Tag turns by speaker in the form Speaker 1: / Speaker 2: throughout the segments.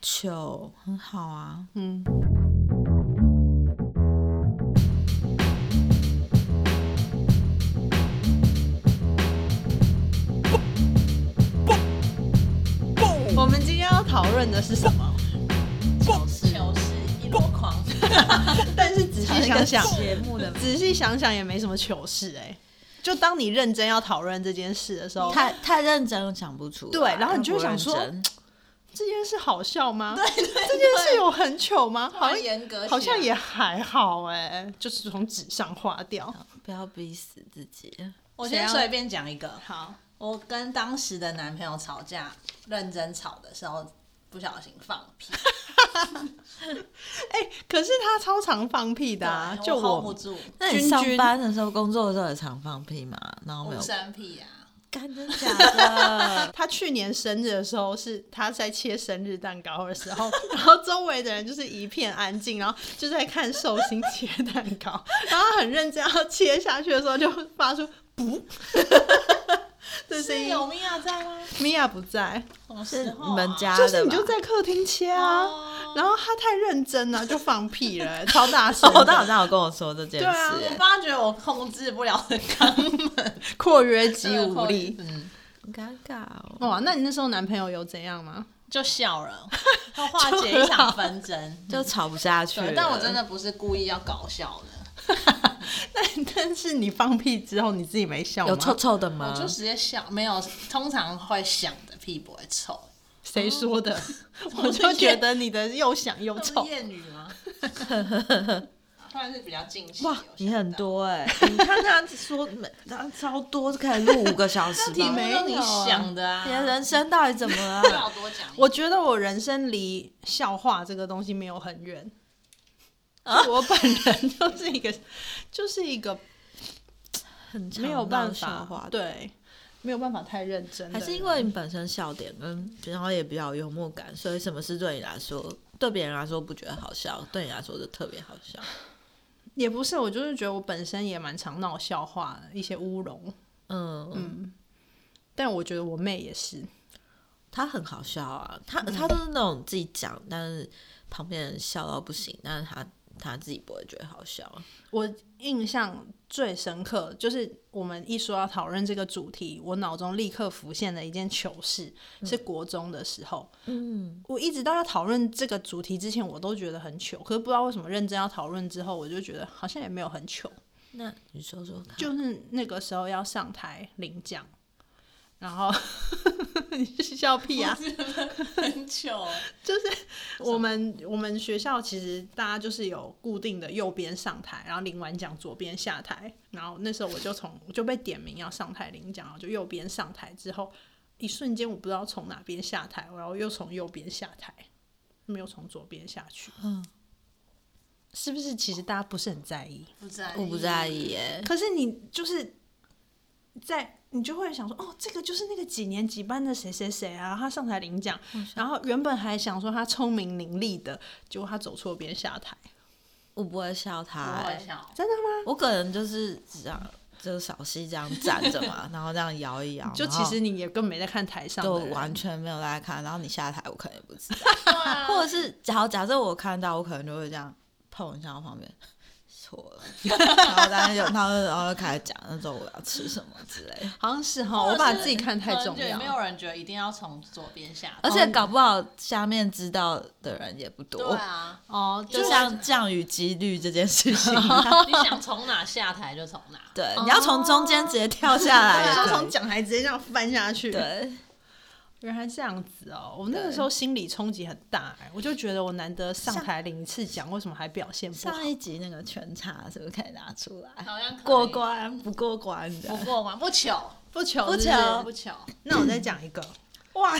Speaker 1: 球，很好啊。
Speaker 2: 嗯，我们今天要讨论的是什么？
Speaker 1: 球是
Speaker 3: 球是一箩筐，
Speaker 2: 但是仔细想想，
Speaker 1: 节目的
Speaker 2: 仔细想想也没什么糗事哎、就当你认真要讨论这件事的时候，
Speaker 1: 太太认真了想不出来，
Speaker 2: 对然后你就会
Speaker 1: 太不
Speaker 2: 想说
Speaker 1: 认真
Speaker 2: 这件事好笑吗？对这件事有很糗吗？好
Speaker 3: 好
Speaker 2: 像
Speaker 3: 严格起来，
Speaker 2: 好像也还好哎、就是从纸上划掉。
Speaker 1: 不要逼死自己。
Speaker 3: 我先
Speaker 2: 谁要
Speaker 3: 随便讲一个，
Speaker 2: 好，
Speaker 3: 我跟当时的男朋友吵架，认真吵的时候不小心放屁，
Speaker 2: 哎、可是他超常放屁的、啊，
Speaker 3: 对
Speaker 2: 就
Speaker 3: 我 hold 不住，
Speaker 1: 那你
Speaker 2: 君
Speaker 1: 上
Speaker 2: 君
Speaker 1: 班的时候、工作的时候也常放屁吗？然后没
Speaker 3: 无
Speaker 1: 有，
Speaker 3: 声屁啊呀、
Speaker 1: 干真假的？
Speaker 2: 他去年生日的时候，是他在切生日蛋糕的时候，然后周围的人就是一片安静，然后就在看寿星切蛋糕，然后他很认真要切下去的时候，就发出“噗”这声
Speaker 3: 是
Speaker 2: 音。
Speaker 3: 有米娅在吗？
Speaker 2: 米娅不在，
Speaker 3: 什么
Speaker 1: 是
Speaker 3: 时候、啊？
Speaker 1: 你们家
Speaker 2: 就
Speaker 1: 的吧？。
Speaker 2: 是你就在客厅切啊，
Speaker 3: 哦
Speaker 2: 然后他太认真了，就放屁了，超大声
Speaker 1: 哦，他好
Speaker 2: 大
Speaker 1: 像有跟我说这件事、
Speaker 2: 对啊
Speaker 3: 我
Speaker 1: 欸
Speaker 3: 发觉我控制不了的肛 门，
Speaker 2: 括约肌无力。
Speaker 3: 嗯，
Speaker 1: 很尴尬哦。
Speaker 2: 哇，那你那时候男朋友有怎样吗？
Speaker 3: 就笑 了，要化解一场纷争。
Speaker 1: 就吵不下去了
Speaker 3: 对，，但我真的不是故意要搞笑的，
Speaker 2: 但但是你放屁之后你自己没笑吗？
Speaker 1: 有臭臭的吗？
Speaker 3: 我就直接笑，没有，通常会响的屁不会臭，
Speaker 2: 谁说 的？哦我
Speaker 3: 我
Speaker 2: 就
Speaker 3: 就
Speaker 2: 觉
Speaker 3: 觉
Speaker 2: 得你的又响又
Speaker 3: 这
Speaker 2: 臭
Speaker 3: 不。是谚语 吗？算是比较近期。
Speaker 1: 哇，你很
Speaker 3: 有
Speaker 1: 多哎、你看他说每他超多，可以录五个小时
Speaker 2: 题
Speaker 1: 吧？
Speaker 3: 想到，
Speaker 2: 没
Speaker 3: 都是
Speaker 2: 有
Speaker 3: 你
Speaker 2: 啊
Speaker 3: 想的啊，
Speaker 1: 你的人生到底怎么了、
Speaker 3: 不要多讲一点。
Speaker 2: 我觉得我人生离笑话这个东西没有很远，就我本人 就是一个，就是一个
Speaker 1: 很常
Speaker 2: 没有办
Speaker 1: 闹笑
Speaker 2: 法
Speaker 1: 话，，
Speaker 2: 对，没有办法太认真的
Speaker 1: 还
Speaker 2: 人。
Speaker 1: 是因为你本身笑点跟然后也比较有幽默感，所以什么事对你来说，对别人来说不觉得好笑，对你来说就特别好笑。
Speaker 2: 也不是，我就是觉得我本身也蛮常闹笑话的，一些乌龙。
Speaker 1: 嗯，
Speaker 2: 但我觉得我妹也是，
Speaker 1: 他很好笑啊，他
Speaker 2: 嗯
Speaker 1: 他都是那种自己讲，但是旁边人笑到不行，但是他他自己不会觉得好笑。啊
Speaker 2: 我印象最深刻就是我们一说要讨论这个主题，我脑中立刻浮现的一件糗事，是国中的时候。嗯，我一直到要讨论这个主题之前，我都觉得很糗，可是不知道为什么认真要讨论之后，我就觉得好像也没有很糗。
Speaker 1: 那你说说看，
Speaker 2: 就是那个时候要上台领奖，然后 你是笑屁啊！
Speaker 3: 很糗，
Speaker 2: 我们我们学校其实大家就是有固定的右边上台，然后领完奖左边下台。然后那时候我就从我就被点名要上台领奖，然后就右边上台之后，一瞬间我不知道从哪边下台，然后又从右边下台，没有从左边下去。嗯，是不是其实大家不是很在意？
Speaker 3: 不在，
Speaker 1: 我不在。意耶、
Speaker 2: 可是你就是在你就会想说，哦，这个就是那个几年几班的谁谁谁啊，他上台领奖，然后原本还想说他聪明伶俐的，结果他走错边下台，
Speaker 1: 我不会笑他、
Speaker 3: 不会
Speaker 1: 欸，
Speaker 3: 笑，
Speaker 2: 真的吗？
Speaker 1: 我可能就是这样，就是小溪这样站着嘛，然后这样摇一摇，
Speaker 2: 就
Speaker 1: 然
Speaker 2: 其
Speaker 1: 后
Speaker 2: 实你也根本没在看台上
Speaker 1: 就
Speaker 2: 的人，
Speaker 1: 完全没有在看，然后你下台我可能也不知 道，
Speaker 3: 对啊
Speaker 1: 或者是假如假设我看到，我可能就会这样碰一下我旁边。错 了，然后大家就，然后然后就开始讲那种我要吃什么之类的，
Speaker 2: 好像是哈，
Speaker 3: 或
Speaker 2: 我
Speaker 3: 者是
Speaker 2: 把自己看太重
Speaker 3: 可能觉得
Speaker 2: 要，
Speaker 3: 没有人觉得一定要从左边下台，
Speaker 1: 而且搞不好下面知道的人也不多，
Speaker 3: 对啊，
Speaker 2: 哦，
Speaker 1: 就像降雨几率这件事情一样，
Speaker 3: 你想从哪下台就从哪。
Speaker 1: 对，你要从中间直接跳下来也
Speaker 2: 就
Speaker 1: 可以，
Speaker 2: 从讲台直接这样翻下去，
Speaker 1: 对，
Speaker 2: 原来这样子哦，我那个时候心理冲击很大哎、我就觉得我难得上台领一次奖，为什么还表现不好？
Speaker 1: 上一集那个全茶是不是可以拿出来？
Speaker 3: 好像可以
Speaker 1: 过关不过关的
Speaker 3: 不，过吗？不糗，
Speaker 2: 不求
Speaker 1: 不
Speaker 2: 是
Speaker 1: 求
Speaker 2: 是
Speaker 3: 不糗。
Speaker 2: 那我再讲一个，哇，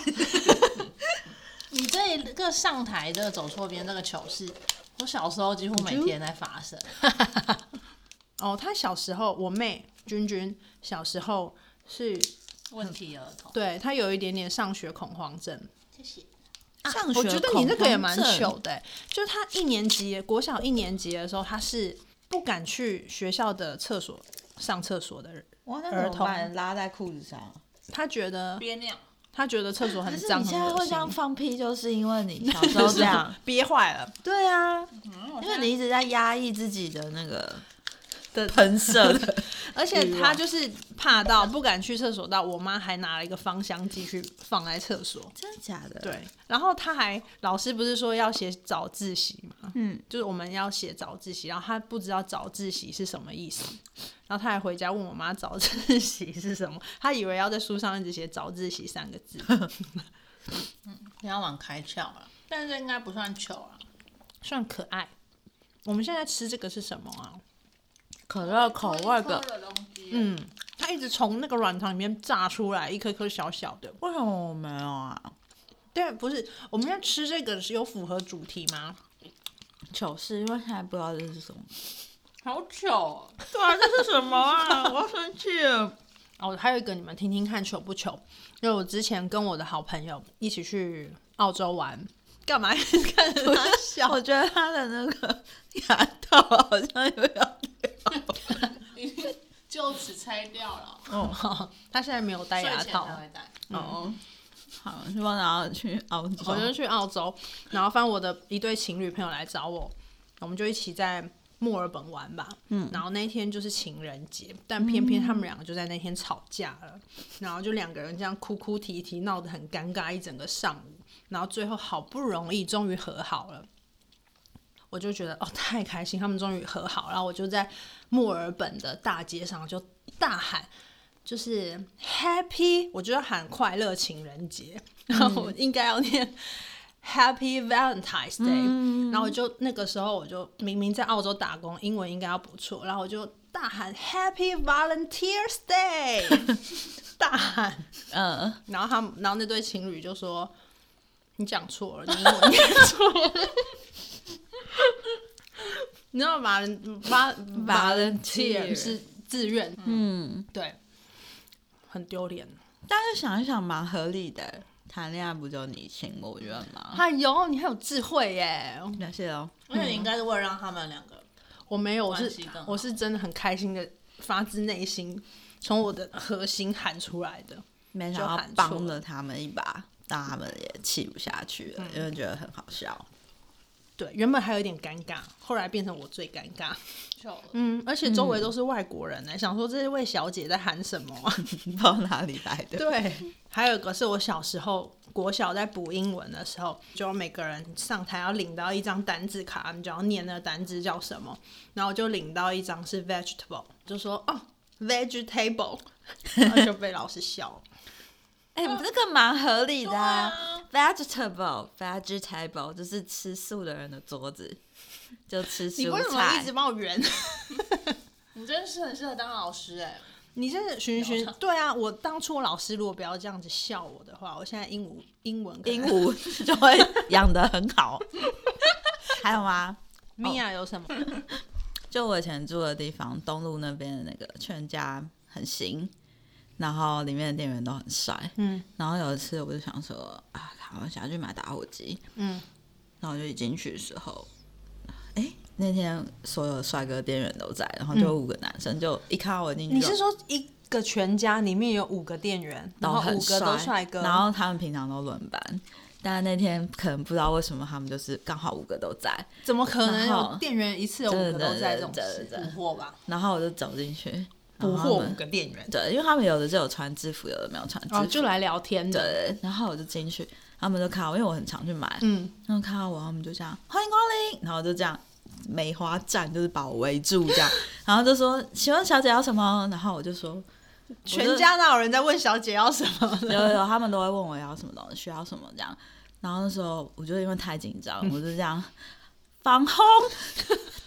Speaker 3: 你这一个上台的走错边这个糗事，我小时候几乎每天在发生。
Speaker 2: 哦，他小时候，我妹君君小时候是
Speaker 3: 问题儿童，
Speaker 2: 对她有一点点上学恐慌症，
Speaker 3: 谢谢。
Speaker 1: 上
Speaker 2: 啊我觉得你那个也蛮糗
Speaker 1: 糗，
Speaker 2: 的欸、就是她一年级国小一年级的时候，她是不敢去学校的厕所上厕所的人，
Speaker 1: 哇，那
Speaker 2: 儿童
Speaker 1: 怎么办拉在裤子上，
Speaker 2: 她觉得
Speaker 3: 憋尿，
Speaker 2: 他觉得厕所很
Speaker 1: 可是
Speaker 2: 脏，
Speaker 1: 你现在
Speaker 2: 很
Speaker 1: 会
Speaker 2: 恶
Speaker 1: 这样
Speaker 2: 心，。
Speaker 1: 放屁，就是因为你小时候这样
Speaker 2: 憋坏了
Speaker 1: 对啊，因为你一直在压抑自己的那个 喷 射的
Speaker 2: 而且
Speaker 1: 欲
Speaker 2: 他
Speaker 1: 望
Speaker 2: 就是怕到不敢去厕所，到我妈还拿了一个芳香剂去放在厕所。
Speaker 1: 真的假的？，
Speaker 2: 对，然后他还老师不是说要写早自习嘛，
Speaker 1: 嗯，
Speaker 2: 就是我们要写早自习，然后他不知道早自习是什么意思，然后他还回家问我妈早自习是什么，他以为要在书上一直写早自习三个字，
Speaker 3: 你要往开窍了，但是应该不算糗啊。
Speaker 2: 算可爱。我们现在吃这个是什么啊？
Speaker 1: 可乐口味的，
Speaker 3: 嗯，
Speaker 2: 嗯，它一直从那个软糖里面炸出来，一颗颗小小的。
Speaker 1: 为什么我没有啊？
Speaker 2: 对，不是我们在吃这个是有符合主题吗？
Speaker 1: 糗事，因为现在不知道这是 什么。
Speaker 3: 好糗哦。
Speaker 2: 对啊，这是什么 啊？我要生气了。哦，还有一个，你们听听看，糗不糗？因为我之前跟我的好朋友一起去澳洲玩，干嘛看着他笑？
Speaker 1: 我觉得他的那个牙套好像有点……
Speaker 3: 就此拆掉了，
Speaker 2: 哦他现在没有戴牙
Speaker 3: 牙
Speaker 2: 套
Speaker 3: 套。会嗯戴。
Speaker 1: 哦，好，去帮然后去澳洲。
Speaker 2: 我就是去澳洲，然后反正我的一对情侣朋友来找我，我们就一起在墨尔本玩吧。嗯，然后那天就是情人节，但偏偏他们两个就在那天吵架了，然后就两个人这样哭哭啼啼，闹得很尴尬一整个上午，然后最后好不容易终于和好了。我就觉得哦太开心，他们终于和好，然后我就在墨尔本的大街上就大喊，就是 Happy，我就要喊快乐情人节，然后我应该要念 Happy Valentine's Day，、然后我就那个时候我就明明在澳洲打工，英文应该要不错，然后我就大喊 Happy Volunteers Day，大 喊，
Speaker 1: 嗯，
Speaker 2: 然后他们，然后那对情侣就说：“你讲错了，你英文念错了。” 你知道马人马
Speaker 1: Volunteer
Speaker 2: 是自愿，嗯，对，很丢脸。
Speaker 1: 但是想一想，蛮合理的。谈恋爱不就你情我愿吗？
Speaker 2: 哎呦，你很有智慧耶！
Speaker 1: 感谢哦。
Speaker 3: 那你应该是为了让他们两个
Speaker 2: 我没有，我
Speaker 3: 关
Speaker 2: 是
Speaker 3: 系更好
Speaker 2: 我是真的很开心的，发自内心从我的核心喊出来的。
Speaker 1: 没想
Speaker 2: 就
Speaker 1: 到
Speaker 2: 喊错
Speaker 1: 帮了他们一把，但他们也气不下去
Speaker 2: 嗯
Speaker 1: 了，因为觉得很好笑。
Speaker 2: 对，原本还有一点尴尬，后来变成我最尴尬。
Speaker 3: 糗了。
Speaker 2: 嗯，而且周围都是外国人呢、想说这位小姐在喊什么啊？
Speaker 1: 不知道哪里来的，
Speaker 2: 对，还有一个是我小时候国小在补英文的时候，就每个人上台要领到一张单字卡，他们就要念那个单字叫什么，然后我就领到一张是 vegetable，就说哦 vegetable，然 后就被老师笑 了。
Speaker 1: 哎、这个蛮合理的、
Speaker 3: 对啊
Speaker 1: Vegetable, vegetable 就是吃素的人的桌子，就吃
Speaker 2: 你为
Speaker 1: 蔬
Speaker 2: 什么一
Speaker 1: 菜
Speaker 2: 直。帮我圆？
Speaker 3: 你真是很适合当老师哎、
Speaker 2: 你真的循循
Speaker 3: 有
Speaker 2: 对啊！我当初老师如果不要这样子笑我的话，我现在英文英文可能
Speaker 1: 鹦鹉 就会养得很好。还有吗？ 哦
Speaker 2: Mia 有什么？
Speaker 1: 就我以前住的地方，东路那边的那个全家很行，然后里面的店员都很帅。
Speaker 2: 嗯
Speaker 1: 然后有一次我就想说啊，好，我想要去买打火机，
Speaker 2: 嗯，
Speaker 1: 然后就一进去的时候，哎、那天所有帅哥店员都在，然后就五个男生，就一看到我进去就，
Speaker 2: 嗯你是说一个全家里面有五个店员，
Speaker 1: 然
Speaker 2: 然
Speaker 1: 后
Speaker 2: 后
Speaker 1: 哦很
Speaker 2: 五个都帅哥，
Speaker 1: 然后他们平常都轮班，但是那天可能不知道为什么他们就是刚好五个都在，
Speaker 2: 怎么可能
Speaker 1: 然后
Speaker 2: 有店员一次有五个都在这种
Speaker 1: 对对
Speaker 2: 事
Speaker 1: 对对对
Speaker 2: 捕获吧？
Speaker 1: 然后我就走进去，
Speaker 2: 捕
Speaker 1: 然
Speaker 2: 获哦
Speaker 1: 后他
Speaker 2: 五
Speaker 1: 们
Speaker 2: 个店员，
Speaker 1: 对，因为他们有的就有穿制服，有的没有穿制服，
Speaker 2: 然后就来聊天的，
Speaker 1: 对，然后我就进去，他们就看到我，因为我很常去买，
Speaker 2: 嗯，
Speaker 1: 然后看到我，他们就这样欢迎光临，然后就这样梅花站就是把我围住这样，然后就说请问小姐要什么？然后我就说
Speaker 2: 全家哪有人在问小姐要什么
Speaker 1: 有有有，他们都会问我要什么东西，需要什么这样。然后那时候我就因为太紧张，我就这样防空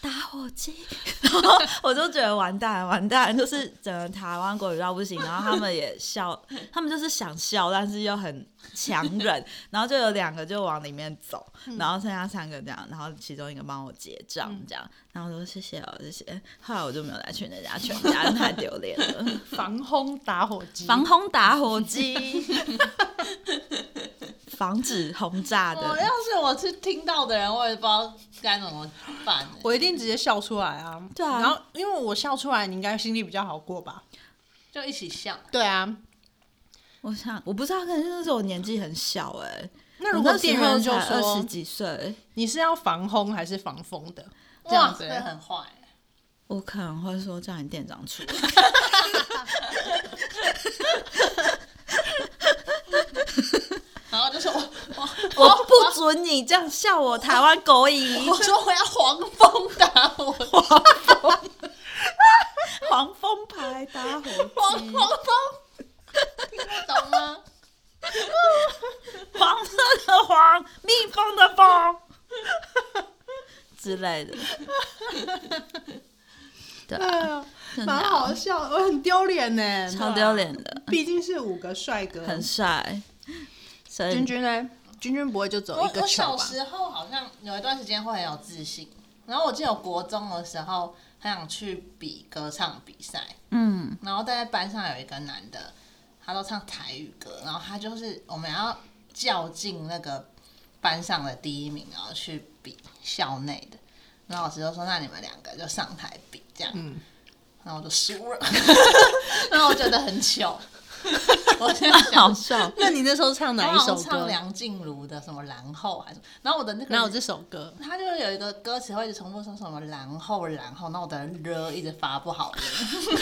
Speaker 1: 打火机，然后我就觉得完蛋完蛋，就是整个台湾国语到不行，然后他们也笑，他们就是想笑，但是又很强忍，然后就有两个就往里面走，然后剩下三个这样，然后其中一个帮我结账这样，然后我说谢谢哦谢谢，后来我就没有再去那家全家，太丢脸了。
Speaker 2: 防轰打火机？
Speaker 1: 防轰打火机， 防止轰炸
Speaker 2: 哦
Speaker 3: 我
Speaker 1: 的。
Speaker 3: 要是我是听到的人，我也不知道该怎么办、欸。
Speaker 2: 我一定直接笑出来啊！
Speaker 1: 对啊
Speaker 2: 然后因为我笑出来，你应该心里比较好过吧？
Speaker 3: 就一起笑，
Speaker 2: 对啊，
Speaker 1: 我想我不知道，可能是那时候我年纪很小哎、
Speaker 2: 那
Speaker 1: 我
Speaker 2: 如果
Speaker 1: 那时
Speaker 2: 店
Speaker 1: 候
Speaker 2: 员就
Speaker 1: 才二十
Speaker 2: 说
Speaker 1: 几岁，
Speaker 2: 你是要防烘还是防风的，这
Speaker 3: 哇，
Speaker 2: 样子
Speaker 3: 这，很坏。欸
Speaker 1: 我可能会说叫你店长出来。
Speaker 3: 然后就说我我
Speaker 1: 我不准你这样笑我台湾狗 影
Speaker 3: 我说我要黄蜂打我，黄
Speaker 1: 黄蜂牌打火
Speaker 3: 黄
Speaker 1: 机，
Speaker 3: 蜂，听得懂吗？
Speaker 1: 黄色的黄，蜜蜂的蜂 之类的。对啊，
Speaker 2: 哎呦
Speaker 1: 真的
Speaker 2: 蛮
Speaker 1: 啊
Speaker 2: 好笑，我很丢脸呢，
Speaker 1: 超丢脸的，
Speaker 2: 毕竟是五个帅哥，
Speaker 1: 很帅。所以
Speaker 2: 君君呢？君君不会就走
Speaker 3: 我
Speaker 2: 一个球
Speaker 3: 我小
Speaker 2: 吧？
Speaker 3: 时候好像有一段时间会很有自信，然后我记得我国中的时候很想去比歌唱比赛，
Speaker 1: 嗯，
Speaker 3: 然后在班上有一个男的，他都唱台语歌，然后他就是我们要较劲那个班上的第一名，然后去比校内的，然后老师就说那你们两个就上台比这样，
Speaker 2: 嗯
Speaker 3: 然后我就输了， 然后我觉得很糗，我现在想
Speaker 1: 好笑。
Speaker 2: 那你那时候唱哪一首
Speaker 3: 他好像唱
Speaker 2: 歌？
Speaker 3: 梁静茹的什么然后还是什么，然后我的那个
Speaker 2: 哪有这首歌？
Speaker 3: 他就有一个歌词会一直重复说什么然后然后，那我的热一直发不好音，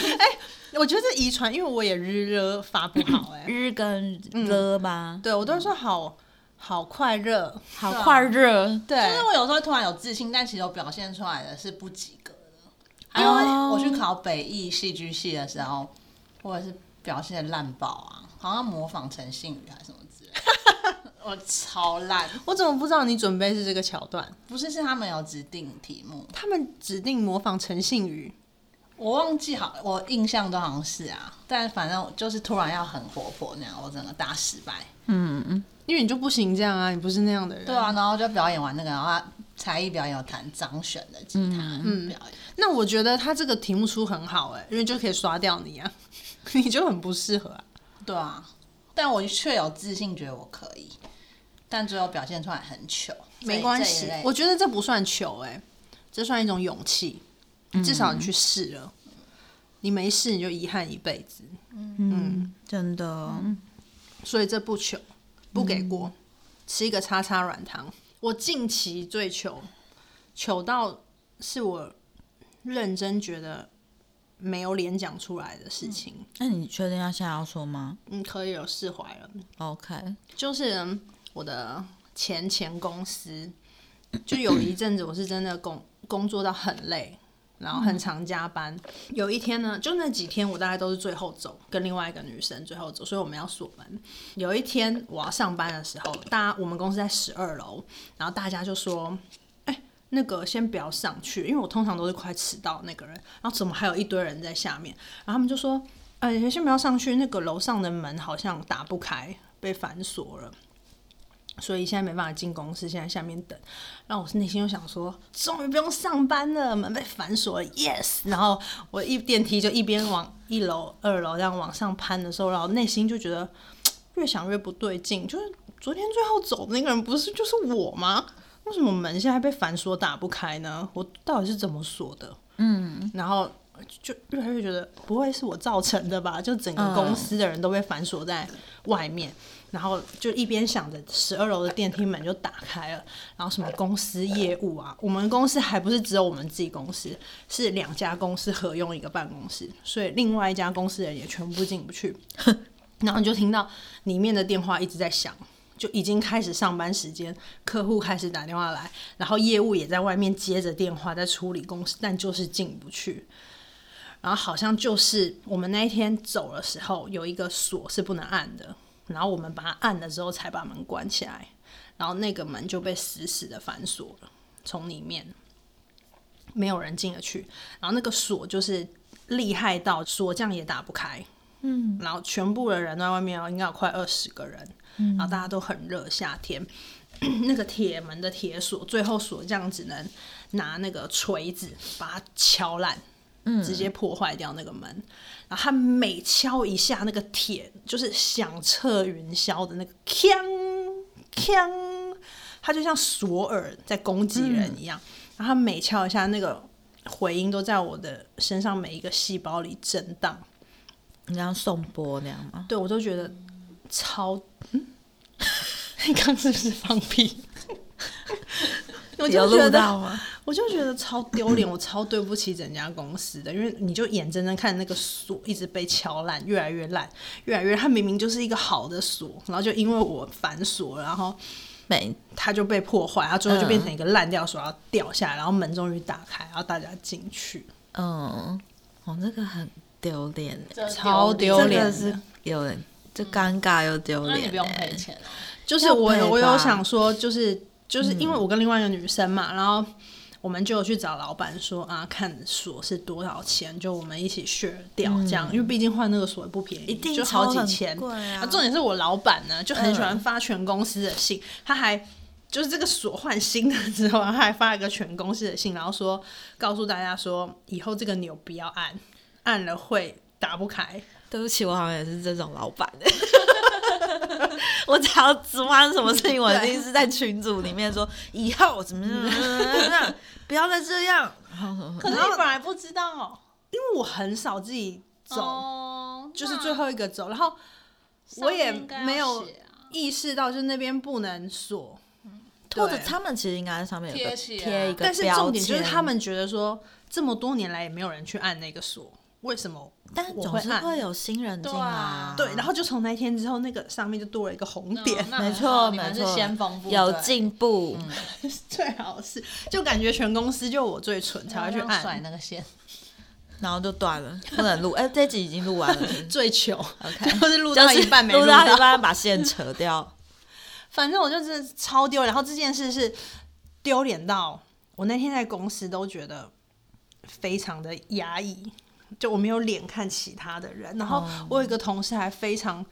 Speaker 2: 我觉得这遗传，因为我也日热发不好哎、
Speaker 1: 日跟了吗？
Speaker 2: 对我都说好好快乐，
Speaker 1: 好
Speaker 3: 对啊
Speaker 1: 快热，
Speaker 3: 但是
Speaker 2: 对，
Speaker 3: 我有时候会突然有自信，但其实我表现出来的是不及格的。还有我去考北艺戏剧系的时候，我也是表现得烂爆啊，好像模仿陈信宇还是什么之类的， 我超烂。
Speaker 2: 我怎么不知道你准备是这个桥段？
Speaker 3: 不是是他们有指定题目，
Speaker 2: 他们指定模仿陈信宇，
Speaker 3: 我忘记好，我印象都好像是啊，但反正就是突然要很活泼那样，我整个大失败。
Speaker 1: 嗯，
Speaker 2: 因为你就不行这样啊，你不是那样的人。
Speaker 3: 对啊，然后就表演完那个，然后他才艺表演有弹张悬的吉他表演，
Speaker 2: 那我觉得他这个题目出很好哎、因为就可以刷掉你啊， 你就很不适合啊。
Speaker 3: 对啊，但我却有自信，觉得我可以，但最后表现出来很糗。
Speaker 2: 没关系
Speaker 3: 这一类，
Speaker 2: 我觉得这不算糗哎、这算一种勇气，至少你去试了。你没试你就遗憾一辈子，
Speaker 1: 嗯，真的，
Speaker 2: 所以这不糗，不给过，吃一个叉叉软糖。我近期最糗，糗到是我认真觉得没有脸讲出来的事情。
Speaker 1: 那你确定要现在要说吗
Speaker 2: 嗯，可以了，释怀了。
Speaker 1: ？OK，
Speaker 2: 就是嗯我的前前公司，就有一阵子我是真的工工作到很累，然后很常加班。有一天呢，就那几天我大概都是最后走，跟另外一个女生最后走，所以我们要锁门。有一天我要上班的时候，大家我们公司在十二楼，然后大家就说。哎，那个先不要上去，因为我通常都是快迟到那个人，然后怎么还有一堆人在下面？然后他们就说，呃，先不要上去，那个楼上的门好像打不开，被反锁了，所以现在没办法进公司，现在下面等。然后我内心又想说，终于不用上班了，门被反锁了，yes。然后我一电梯就一边往一楼、二楼这样往上攀的时候，然后内心就觉得越想越不对劲，就是昨天最后走的那个人不是就是我吗？为什么门现在被反锁打不开呢？我到底是怎么锁的？嗯，然后就越来越觉得不会是我造成的吧？就整个公司的人都被反锁在外面，然后就一边想着十二楼的电梯门就打开了，然后什么公司业务啊，我们公司还不是只有我们自己公司，是两家公司合用一个办公室，所以另外一家公司的人也全部进不去。然后你就听到里面的电话一直在响，就已经开始上班时间，客户开始打电话来，然后业务也在外面接着电话在处理公司，但就是进不去。然后好像就是我们那一天走的时候，有一个锁是不能按的，然后我们把它按了之后才把门关起来，然后那个门就被死死的反锁了，从里面没有人进得去，然后那个锁就是厉害到锁匠也打不开，嗯，然后全部的人都在外面哦，应该有快二十个人，然后大家都很热，夏天。 那个铁门的铁锁，最后锁匠只能拿那个锤子把它敲烂，直接破坏掉那个门。然后他每敲一下，那个铁就是响彻云霄的那个锵锵，它就像索尔在攻击人一样。然后他每敲一下，那个回音都在我的身上每一个细胞里震荡。
Speaker 1: 你这样送波那样吗？
Speaker 2: 对我都觉得超， 嗯，刚是不是放屁？ 我就
Speaker 1: 有
Speaker 2: 觉
Speaker 1: 录
Speaker 2: 得，
Speaker 1: 到吗？
Speaker 2: 我就觉得超丢脸，我超对不起整家公司的，因为你就眼睁睁看那个锁一直被敲烂，越来越烂，越来越，它明明就是一个好的锁，然后就因为我反锁，然后
Speaker 1: 没，
Speaker 2: 它就被破坏，它最后就
Speaker 1: 嗯
Speaker 2: 变成一个烂掉锁，然后掉下来，然后门终于打开，然后大家进去，
Speaker 1: 嗯，哦，这个很丢脸欸，
Speaker 3: 这
Speaker 2: 超丢
Speaker 1: 这
Speaker 2: 脸
Speaker 1: 个
Speaker 2: 的
Speaker 1: 是有点，这尴尬又丢
Speaker 3: 嗯那
Speaker 1: 脸欸，
Speaker 3: 你不用赔钱啊。
Speaker 2: 就是
Speaker 1: 要
Speaker 2: 我
Speaker 1: 赔
Speaker 2: 有我有
Speaker 1: 吧
Speaker 2: 想说，就是就是因为
Speaker 3: 嗯
Speaker 2: 我跟另外一个女生嘛，然后我们就有去找老板说啊，看锁是多少钱，就我们一起 share 掉这样，
Speaker 3: 嗯
Speaker 2: 因为毕竟换那个锁也不便宜，
Speaker 1: 一定
Speaker 2: 就好
Speaker 1: 超
Speaker 2: 几
Speaker 1: 很
Speaker 2: 千。
Speaker 1: 贵啊
Speaker 2: 重点是我老板呢，就很喜
Speaker 3: 嗯
Speaker 2: 欢发全公司的信，他还。就是这个锁换新的之后，他还发了一个全公司的信，然后说告诉大家说，以后这个钮不要按，按了会打不开。
Speaker 1: 对不起，我好像也是这种老板、 欸。我只要只发生什么事情，我一定是在群组里面说，以后怎么怎么怎么怎么样，不要再这样。
Speaker 3: 可是你本来不知道
Speaker 2: 因为我很少自己走，
Speaker 3: 哦，
Speaker 2: 就是
Speaker 3: 那
Speaker 2: 最后一个走，然后
Speaker 3: 上
Speaker 2: 我也
Speaker 3: 面应该要
Speaker 2: 没有
Speaker 3: 写啊
Speaker 2: 意识到就是那边不能锁，
Speaker 1: 或者
Speaker 2: 对
Speaker 1: 他们其实应该在上面有
Speaker 3: 贴
Speaker 1: 个
Speaker 3: 起来
Speaker 1: 贴一个标签，
Speaker 2: 但是重点就是他们觉得说这么多年来也没有人去按那个锁，为什么？
Speaker 1: 但
Speaker 2: 我
Speaker 1: 总
Speaker 2: 会
Speaker 1: 是
Speaker 2: 按
Speaker 1: 会有新人进来、
Speaker 3: 啊
Speaker 2: 对，然后就从那一天之后，那个上面就多了一个红点
Speaker 3: 嗯， 那
Speaker 1: 没
Speaker 3: 很好
Speaker 1: 错
Speaker 3: 你
Speaker 1: 没
Speaker 3: 们
Speaker 1: 错，
Speaker 3: 是先锋部队
Speaker 1: 有进步。
Speaker 2: 嗯最好是就感觉全公司就我最蠢才会去
Speaker 3: 然后甩
Speaker 2: 按，
Speaker 3: 那个线，
Speaker 1: 然后就断了，不能 录。哎、这集已经录完了，是不是
Speaker 2: 最糗。
Speaker 1: OK
Speaker 2: 就是录
Speaker 1: 就
Speaker 2: 到
Speaker 1: 是
Speaker 2: 一半没
Speaker 1: 录
Speaker 2: 到
Speaker 1: 到一半把线扯 掉。
Speaker 2: 反正我就是超丢脸。然后这件事是丢脸到我那天在公司都觉得非常的压抑，就我没有脸看其他的人。然后我有一个同事还非常。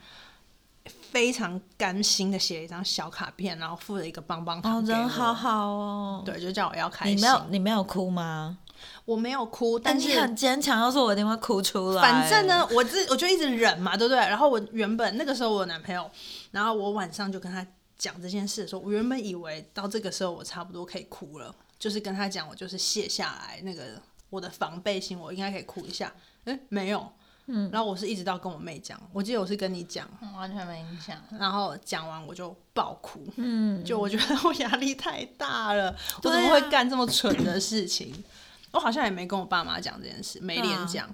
Speaker 2: 非常甘心的写了一张小卡片，然后附了一个棒棒
Speaker 1: 哦
Speaker 2: 糖，给我
Speaker 1: 人好，好哦。
Speaker 2: 对，就叫我要开心。
Speaker 1: 你没有，你没有哭吗？
Speaker 2: 我没有哭，
Speaker 1: 但
Speaker 2: 但
Speaker 1: 你
Speaker 2: 是
Speaker 1: 很坚强，要说我一定会哭出来。
Speaker 2: 反正，呢，我自我就一直忍嘛，对不对？然后我原本那个时候我有男朋友，然后我晚上就跟他讲这件事的时候，我原本以为到这个时候我差不多可以哭了，就是跟他讲我就是卸下来那个我的防备心，我应该可以哭一下。诶，没有，嗯。然后我是一直到跟我妹讲，我记得我是跟你讲，
Speaker 3: 嗯完全没影响。
Speaker 2: 然后讲完我就爆哭，
Speaker 1: 嗯，
Speaker 2: 就我觉得我压力太大了，我
Speaker 1: 对啊
Speaker 2: 怎么会干这么蠢的事情？我好像也没跟我爸妈讲这件事，没
Speaker 1: 对
Speaker 2: 脸
Speaker 1: 啊
Speaker 2: 讲。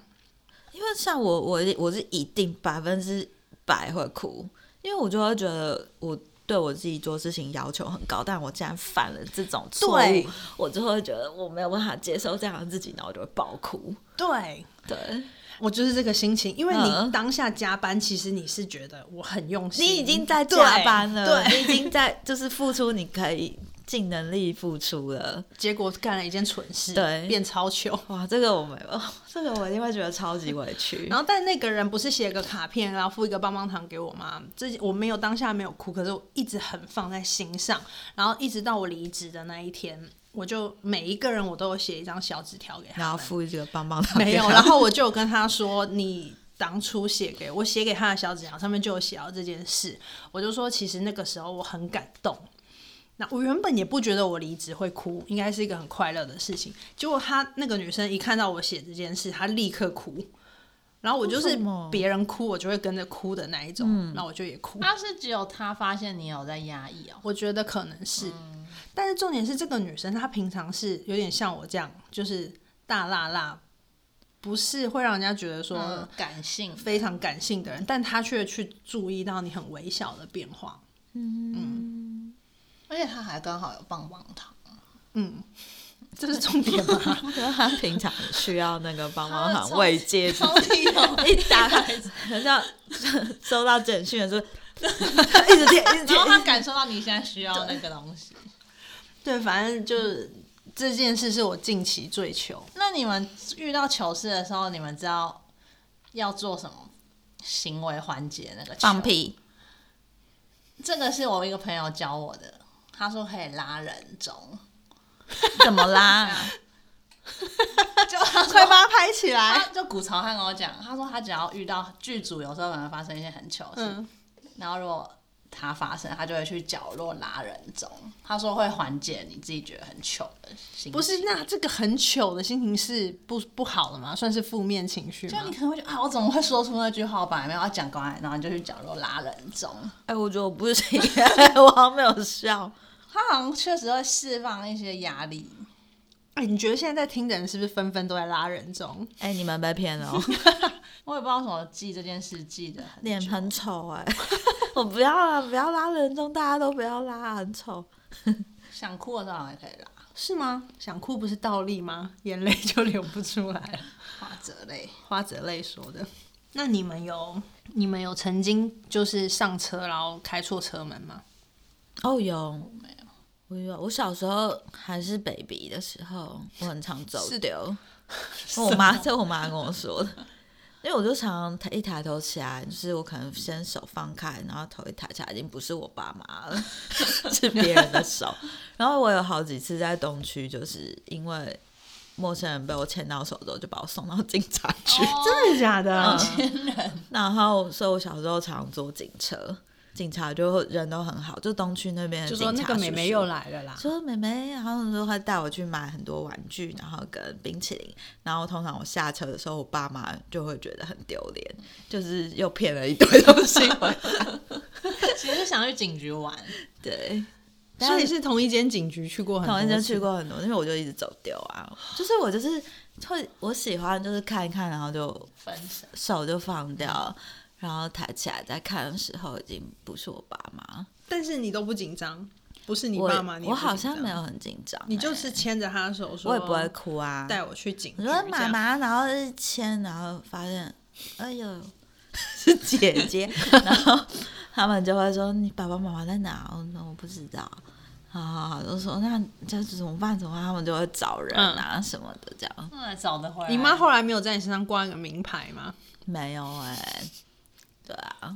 Speaker 1: 因为像我，我我是一定百分之百会哭，因为我就会觉得我对我自己做事情要求很高，但我竟然犯了这种错误
Speaker 2: 对，
Speaker 1: 我就会觉得我没有办法接受这样的自己，然后我就会爆哭。
Speaker 2: 对，
Speaker 1: 对，
Speaker 2: 我就是这个心情，因为你
Speaker 1: 嗯
Speaker 2: 当下加班，其实你是觉得我很用心，
Speaker 1: 你已经在加班了，
Speaker 2: 对，
Speaker 1: 你已经在就是付出你可以尽能力付出了。
Speaker 2: 对结果干了一件蠢事，
Speaker 1: 对
Speaker 2: 变超糗。
Speaker 1: 哇，这个我没有，这个我一定会觉得超级委屈。
Speaker 2: 然后，但那个人不是写个卡片，然后附一个棒棒糖给我吗？这我没有当下没有哭，可是我一直很放在心上。然后一直到我离职的那一天，我就每一个人我都有写一张小纸条给他们，
Speaker 1: 然后付一个棒棒糖给他，
Speaker 2: 没有，然后我就有跟他说，你当初写给我写给他的小纸条上面就有写到这件事，我就说其实那个时候我很感动。那我原本也不觉得我离职会哭，应该是一个很快乐的事情。结果他那个女生一看到我写这件事，她立刻哭。然后我就
Speaker 1: 为
Speaker 2: 是
Speaker 1: 什么嗯
Speaker 2: 别人哭，我就会跟着哭的那一种，那我就也哭。
Speaker 3: 他是只有他发现你有在压抑哦，
Speaker 2: 我觉得可能是，
Speaker 1: 嗯
Speaker 2: 但是重点是这个女生她平常是有点像我这样，就是大辣辣，不是会让人家觉得说、
Speaker 3: 嗯，感性，
Speaker 2: 非常感性的人，但他却去注意到你很微小的变化。
Speaker 3: 而且他还刚好有棒棒糖，
Speaker 2: 嗯，这是重点吗？
Speaker 1: 我觉得他平常需要那个棒棒
Speaker 3: 他的
Speaker 1: 糖
Speaker 3: 超
Speaker 1: 慰藉自己。
Speaker 3: 超级有
Speaker 1: 一打开，好像收到简讯的时候， 一直贴，一直
Speaker 3: 然后他
Speaker 1: 贴。
Speaker 3: 感受到你现在需要那个东西。
Speaker 2: 对，反正就是这件事是我近期追求。
Speaker 3: 那你们遇到糗事的时候，你们知道要做什么行为缓解那个糗
Speaker 1: 放？屁！
Speaker 3: 这个是我一个朋友教我的，他说可以拉人中，
Speaker 1: 怎么啦？
Speaker 3: 就他说
Speaker 2: 快把它拍起来！
Speaker 3: 他就古潮汉跟我讲，他说他只要遇到剧组，有时候可能发生一些很糗的事，
Speaker 2: 嗯，
Speaker 3: 然后如果它发生，他就会去角落拉人中。他说会缓解你自己觉得很糗的心情，
Speaker 2: 不是，那这个很糗的心情是不不好的吗？算是负面情绪
Speaker 3: 就
Speaker 2: 吗
Speaker 3: 你？可能会觉得啊，我怎么会说出那句话？我本来没有要啊讲高矮，然后你就去角落拉人中。
Speaker 1: 哎，我觉得我不行，我好像没有笑。
Speaker 3: 他好像确实会释放一些压力，
Speaker 2: 哎、你觉得现在在听的人是不是纷纷都在拉人中？
Speaker 1: 哎，你们被骗了哦，
Speaker 3: 我也不知道怎么记这件事记得 很
Speaker 1: 脸
Speaker 3: 久
Speaker 1: 很丑哎、 我不要了，不要拉人中，大家都不要拉，很丑。
Speaker 3: 想哭的时候好像也可以拉，
Speaker 2: 是吗？想哭不是倒立吗？ 眼泪就流不出来了。
Speaker 3: 画折类。
Speaker 2: 花泽类说的。那你们有你们有曾经就是上车然后开错车门吗？
Speaker 1: 哦，有，
Speaker 3: 没有，
Speaker 1: 我有，我小时候还是 baby 的时候，我很常走
Speaker 2: 是
Speaker 1: 丢。 我妈，这我妈跟我说的，因为我就常抬一抬头起来，就是我可能先手放开，然后头一抬起来，已经不是我爸妈了， 是别人的手。然后我有好几次在东区，就是因为陌生人被我牵到手之后，就把我送到警察局。
Speaker 2: 真的假的？
Speaker 1: 嗯然后，所以我小时候常坐警车，警察就会人都很好，就东区那边的
Speaker 2: 就说那
Speaker 1: 警察
Speaker 2: 个
Speaker 1: 叔
Speaker 2: 妹妹
Speaker 1: 叔
Speaker 2: 又来了啦。
Speaker 1: 说妹妹，然后就会带我去买很多玩具，然后跟冰淇淋。然后通常我下车的时候，我爸妈就会觉得很丢脸，就是又骗了一堆东西回来。
Speaker 3: 其实想去警局玩，
Speaker 1: 对，
Speaker 2: 所以是同一间警局去过很多
Speaker 1: 同
Speaker 2: 次，
Speaker 1: 一间去过很多，因为我就一直走丢啊。就是我就是会我喜欢就是看一看，然后就
Speaker 3: 分手。
Speaker 1: 手就放掉，然后抬起来再看的时候，已经不是我爸妈。
Speaker 2: 但是你都不紧张，不是你
Speaker 1: 我
Speaker 2: 爸妈，你也
Speaker 1: 我
Speaker 2: 不
Speaker 1: 好
Speaker 2: 紧张
Speaker 1: 像没有，很紧张、
Speaker 2: 你就是牵着他的手说，
Speaker 1: 我也不会哭啊。
Speaker 2: 带我去警局
Speaker 1: 我
Speaker 2: 这样。
Speaker 1: 说妈妈，然后一牵，然后发现，哎呦，是姐姐， 然后他们就会说你爸爸妈妈在哪？我说我不知道。好好好，就说那这怎么办？怎么办？他们就会找人啊、什么的，这样
Speaker 3: 嗯，找得回来。
Speaker 2: 你妈后来没有在你身上挂一个名牌吗？
Speaker 1: 没有哎、对啊，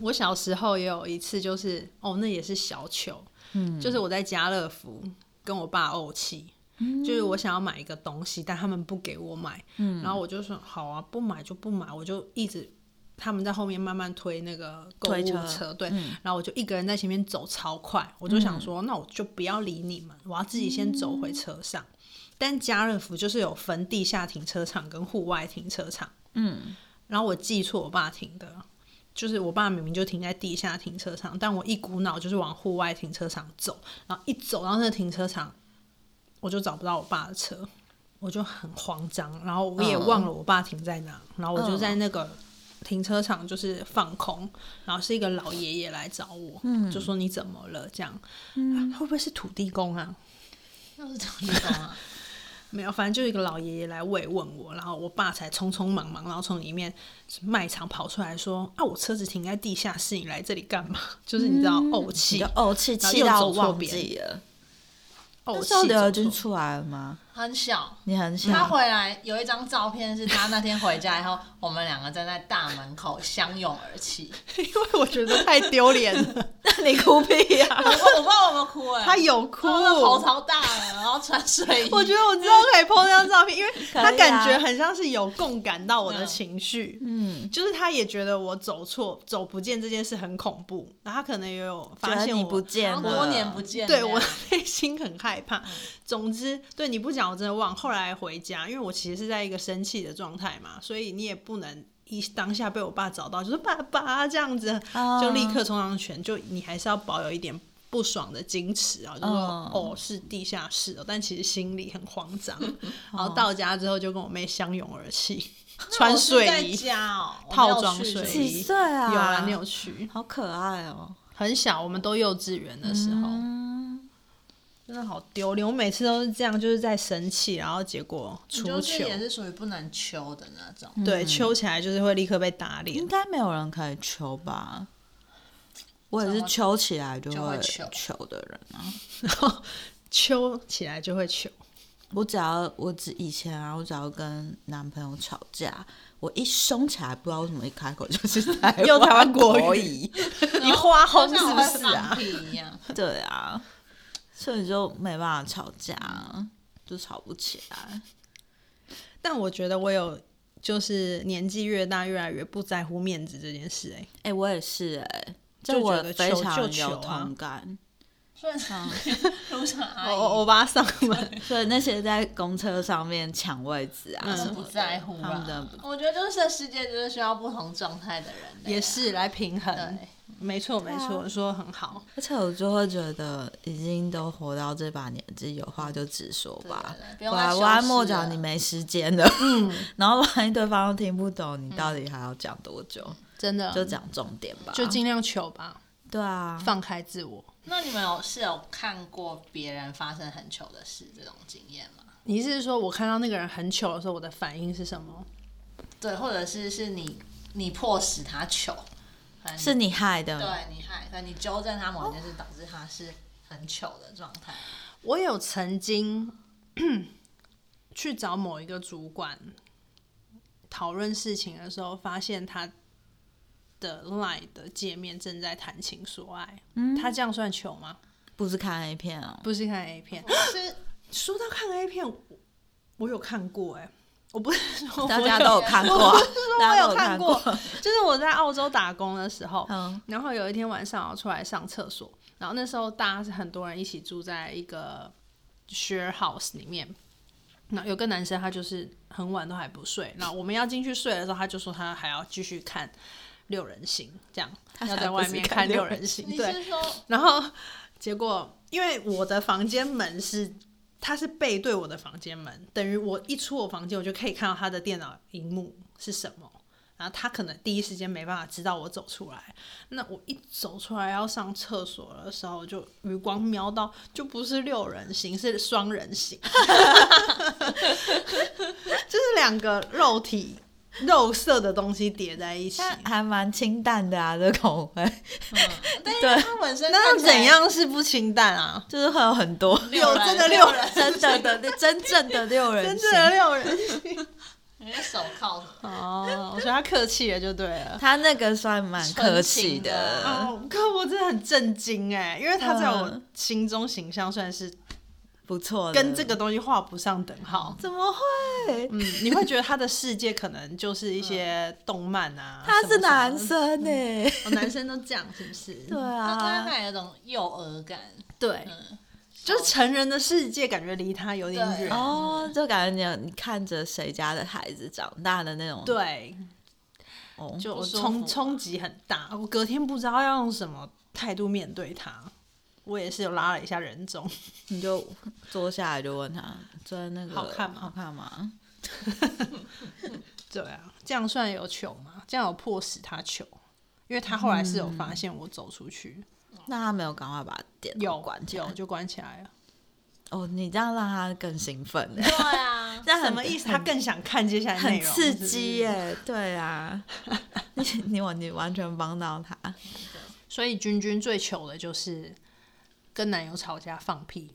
Speaker 2: 我小时候也有一次，就是哦，那也是小糗，
Speaker 1: 嗯
Speaker 2: 就是我在家乐福跟我爸怄气，
Speaker 1: 嗯
Speaker 2: 就是我想要买一个东西，但他们不给我买，然后我就说好啊，不买就不买，我就一直他们在后面慢慢推那个购物
Speaker 1: 推车嗯
Speaker 2: 对，然后我就一个人在前面走超快，我就想说，那我就不要理你们，我要自己先走回车上。但家乐福就是有分地下停车场跟户外停车场，
Speaker 1: 嗯，
Speaker 2: 然后我记错我爸停的，就是我爸明明就停在地下停车场，但我一股脑就是往户外停车场走，然后一走到那个停车场，我就找不到我爸的车，我就很慌张，然后我也
Speaker 1: 嗯
Speaker 2: 忘了我爸停在哪，然后我就
Speaker 1: 嗯
Speaker 2: 在那个。停车场就是放空，然后是一个老爷爷来找我，
Speaker 1: 嗯
Speaker 2: 就说你怎么了？这样、啊会不会是土地公啊？
Speaker 3: 又是同一种啊，
Speaker 2: 没有，反正就一个老爷爷来慰问我，然后我爸才匆匆忙忙，然后从里面卖场跑出来说：“啊，我车子停在地下室，你来这里干嘛？” 就是你知道怄
Speaker 1: 你
Speaker 2: 气
Speaker 1: 就，怄气
Speaker 2: 然后
Speaker 1: 气
Speaker 2: 又
Speaker 1: 到
Speaker 2: 走错
Speaker 1: 忘
Speaker 2: 边
Speaker 1: 记了。
Speaker 2: 怄
Speaker 1: 那
Speaker 2: 哦气
Speaker 1: 时候刘
Speaker 2: 走
Speaker 1: 德军
Speaker 2: 错
Speaker 1: 出来了吗？
Speaker 3: 很小。
Speaker 1: 你很
Speaker 3: 他
Speaker 1: 小，
Speaker 3: 回来有一张照片，是他那天回家以后，我们两个站在大门口相拥而泣。
Speaker 2: 因为我觉得太丢脸了。
Speaker 1: 那你哭 屁呀、
Speaker 3: 我不我不知道我有没有哭哎、
Speaker 2: 他有 哭，
Speaker 3: 他的头超大了，然后穿睡衣。
Speaker 2: 我觉得我之后可以 p 这张照片，因为
Speaker 1: 可
Speaker 2: 他
Speaker 1: 以啊
Speaker 2: 感觉很像是有共感到我的
Speaker 3: 嗯
Speaker 2: 情绪。
Speaker 1: 嗯，
Speaker 2: 就是他也觉得我走错、走不见这件事很恐怖，然后他可能也有
Speaker 1: 觉
Speaker 2: 发
Speaker 1: 得
Speaker 2: 现
Speaker 1: 你
Speaker 2: 我
Speaker 1: 不见
Speaker 3: 好
Speaker 1: 了，
Speaker 3: 像多年不见嗯这
Speaker 2: 对
Speaker 3: 样，
Speaker 2: 我 内心很害怕。总之，对你不讲我真的忘。后来回家，因为我其实是在一个生气的状态嘛，所以你也不能一当下被我爸找到，就是爸爸这样子，
Speaker 3: 哦
Speaker 1: 啊
Speaker 2: 就立刻冲上去，就你还是要保有一点。不爽的矜持啊，就说、
Speaker 1: 嗯
Speaker 2: 哦是地下室哦，但其实心里很慌 张。然后到家之后就跟我妹相拥而泣，穿睡
Speaker 3: 哦那我
Speaker 2: 衣
Speaker 3: 是在家哦，我没有
Speaker 2: 套装
Speaker 3: 去
Speaker 2: 睡
Speaker 3: 这
Speaker 2: 衣
Speaker 1: 几
Speaker 3: 里
Speaker 1: 岁啊？
Speaker 2: 有啊，你有去？
Speaker 1: 好可爱哦。
Speaker 2: 很小，我们都幼稚园的时候，
Speaker 1: 嗯，
Speaker 2: 真的好丢脸。我每次都是这样，就是在生气，然后结果出
Speaker 3: 就
Speaker 2: 糗
Speaker 3: 是，也是属于不能秋的那种。
Speaker 2: 对，揪起来就是会立刻被打脸
Speaker 1: 应。该没有人可以求吧？我也是
Speaker 3: 怎么
Speaker 1: 求起来就
Speaker 3: 就会
Speaker 1: 会
Speaker 3: 求
Speaker 1: 求的人啊。
Speaker 2: 揪起来就会 糗，
Speaker 3: 哦
Speaker 1: 我只要我只以前啊，我只要跟男朋友吵架，我一凶起来，不知道为什么一开口就是 台
Speaker 2: 又台湾国语
Speaker 1: 国语。
Speaker 2: 你花红
Speaker 3: 就是像我
Speaker 2: 不
Speaker 3: 会
Speaker 2: 是
Speaker 3: 放
Speaker 2: 啊？
Speaker 3: 屁一 样，
Speaker 1: 对啊，所以就没办法吵架，就吵不起来。
Speaker 2: 但我觉得我有，就是年纪越大，越来越不在乎面子这件事、欸。哎，
Speaker 1: 哎、我也是哎、这
Speaker 2: 就
Speaker 1: 我
Speaker 2: 觉得
Speaker 1: 非
Speaker 2: 求就
Speaker 1: 常
Speaker 2: 求
Speaker 1: 有
Speaker 2: 啊
Speaker 1: 同，感。
Speaker 3: 顺 常路上阿
Speaker 2: 我我
Speaker 3: 姨
Speaker 2: 我把他上门，
Speaker 1: 所以那些在公车上面抢位置啊
Speaker 2: 嗯
Speaker 1: 什么的，
Speaker 3: 不在乎
Speaker 1: 他们
Speaker 3: 啦
Speaker 1: 的。
Speaker 3: 我觉得就是这世界就是需要不同状态的人类啊，
Speaker 2: 也是来平衡
Speaker 3: 对。啊
Speaker 2: 没错没错，说得很好。
Speaker 1: 而且我就会觉得，已经都活到这把年纪，有话就直说吧
Speaker 3: 对对对，不
Speaker 1: 拐
Speaker 3: 用再修饰
Speaker 1: 弯抹角
Speaker 3: 了
Speaker 1: 你没时间的。 然后万一对方都听不懂，你到底还要讲多久？
Speaker 2: 真的，
Speaker 1: 就讲重点吧。
Speaker 2: 就尽量求吧，
Speaker 1: 对啊，
Speaker 2: 放开自我。
Speaker 3: 那你们有是有看过别人发生很糗的事这种经验吗？
Speaker 2: 你是说我看到那个人很糗的时候，我的反应是什么？
Speaker 3: 对，或者是是你你迫使他糗，很
Speaker 1: 是你害的。
Speaker 3: 对
Speaker 2: 嗯
Speaker 3: 你害，但你纠正他某件事，
Speaker 2: 哦
Speaker 3: 导致他是很糗的状态。
Speaker 2: 我有曾经 去找某一个主管讨论事情的时候，发现他的 LINE 的界面正在谈情说爱。他这样算糗吗？不
Speaker 1: 不是看 A 片哦，
Speaker 2: 不是看 A 片。
Speaker 3: 是
Speaker 2: 说到看 A 片，我我有看过哎、我不是说
Speaker 1: 大
Speaker 2: 我
Speaker 1: 家
Speaker 2: 有
Speaker 1: 都有 看过啊，大
Speaker 2: 我
Speaker 1: 家都
Speaker 2: 有看
Speaker 1: 过。
Speaker 2: 就是我在澳洲打工的时候，
Speaker 1: 嗯
Speaker 2: 然后有一天晚上我出来上厕所，然后那时候大家是很多人一起住在一个 share house 里面，那有个男生他就是很晚都还不睡，那我们要进去睡的时候，他就说他还要继续看六人行，这样
Speaker 1: 他
Speaker 2: 要
Speaker 1: 才
Speaker 2: 在
Speaker 1: 不
Speaker 2: 外
Speaker 1: 是
Speaker 2: 面
Speaker 1: 看
Speaker 2: 看
Speaker 1: 六
Speaker 2: 六
Speaker 1: 人
Speaker 2: 人行，
Speaker 3: 你
Speaker 2: 对，
Speaker 3: 是说
Speaker 2: 然后结果因为我的房间门是，他是背对我的房间门，等于我一出我房间，我就可以看到他的电脑荧幕是什么。然后他可能第一时间没办法知道我走出来，那我一走出来要上厕所的时候，我就余光瞄到，就不是六人行，是双人行， 就是两个肉体肉色的东西叠在一起。
Speaker 1: 但还蛮清淡的啊，这口味
Speaker 3: 但
Speaker 1: 对
Speaker 3: 是他本身
Speaker 2: 那
Speaker 3: 看起来
Speaker 2: 怎样是不清淡啊？
Speaker 1: 就是会有很多
Speaker 3: 六人
Speaker 2: 有真的
Speaker 3: 六
Speaker 2: 人
Speaker 1: 真的的真正的六人
Speaker 2: 真
Speaker 1: 行
Speaker 2: 正。的六人行
Speaker 3: 你的手铐什么？
Speaker 2: 哦，我觉得他客气了就对了。
Speaker 1: 他那个算蛮客气
Speaker 3: 纯情
Speaker 1: 的，
Speaker 2: 哦，可我真的很震惊哎，因为他在我心中形象算是
Speaker 1: 不错的。
Speaker 2: 跟这个东西画不上等号。
Speaker 1: 怎么会？
Speaker 2: 嗯，你会觉得他的世界可能就是一些动漫啊，
Speaker 1: 他
Speaker 2: 什
Speaker 1: 是
Speaker 2: 么什么
Speaker 1: 男生呢、
Speaker 2: 哦男生都这样是不是？
Speaker 1: 对
Speaker 3: 他看
Speaker 1: 啊
Speaker 2: 嗯
Speaker 3: 起，来有种幼儿感，
Speaker 2: 对，
Speaker 3: 嗯，
Speaker 2: 就是成人的世界感觉离他有点
Speaker 3: 对
Speaker 2: 远。
Speaker 1: 哦，就感觉你有你看着谁家的孩子长大的那种，
Speaker 2: 对，
Speaker 1: 哦，
Speaker 2: 就
Speaker 3: 不舒
Speaker 2: 冲
Speaker 3: 服
Speaker 2: 冲击很大，我隔天不知道要用什么态度面对他。我也是有拉了一下人中，
Speaker 1: 你就坐下来就问他，昨天那个
Speaker 2: 好看吗
Speaker 1: 好看吗？
Speaker 2: 对啊，这样算有糗吗？这样有迫使他糗，因为他后来是有发现我走出去，
Speaker 1: 那他没有赶快把电脑
Speaker 2: 有
Speaker 1: 关起来
Speaker 2: 有？就关起来了。
Speaker 1: 哦，你这样让他更兴奋呢、欸
Speaker 3: 对啊，
Speaker 1: 这样很
Speaker 2: 什么意思？他更想看接下来的内
Speaker 1: 很
Speaker 2: 容，
Speaker 1: 刺
Speaker 2: 是不是
Speaker 1: 激耶、。对啊， 你你完你完全帮到他，
Speaker 2: 所以君君最糗的就是跟男友吵架放屁，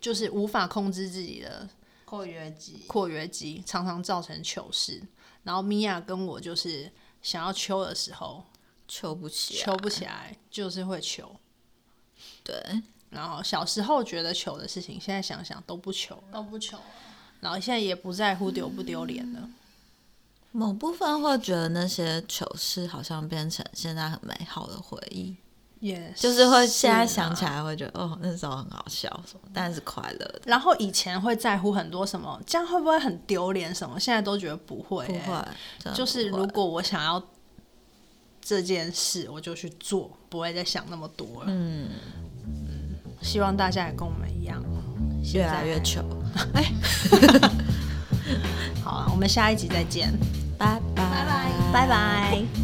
Speaker 2: 就是无法控制自己的
Speaker 3: 括约肌，
Speaker 2: 括约肌，常常造成糗事。然后米娅跟我就是想要求的时候
Speaker 1: 求不起、啊，
Speaker 2: 求不起来，就是会求。
Speaker 1: 对，
Speaker 2: 然后小时候觉得糗的事情，现在想想都不糗了。
Speaker 3: 都不糗啊了。
Speaker 2: 然后现在也不在乎丢不丢脸了。
Speaker 1: 某部分会觉得那些糗事好像变成现在很美好的回忆，
Speaker 2: 也
Speaker 1: 就是会现在想起
Speaker 2: 啊。
Speaker 1: 来会觉得哦那时候很好笑什么，但是快乐的。
Speaker 2: 然后以前会在乎很多什么，这样会不会很丢脸什么？现在都觉得不会、
Speaker 1: 不会，
Speaker 2: 欸，
Speaker 1: 真的
Speaker 2: 就是
Speaker 1: 不
Speaker 2: 如
Speaker 1: 会
Speaker 2: 果我想要这件事，我就去做，不会再想那么多了。嗯，希望大家也跟我们一样。
Speaker 1: 越来越糗，
Speaker 2: 好啊，我们下一集再见，
Speaker 1: 拜拜
Speaker 2: 拜
Speaker 3: 拜
Speaker 2: 拜。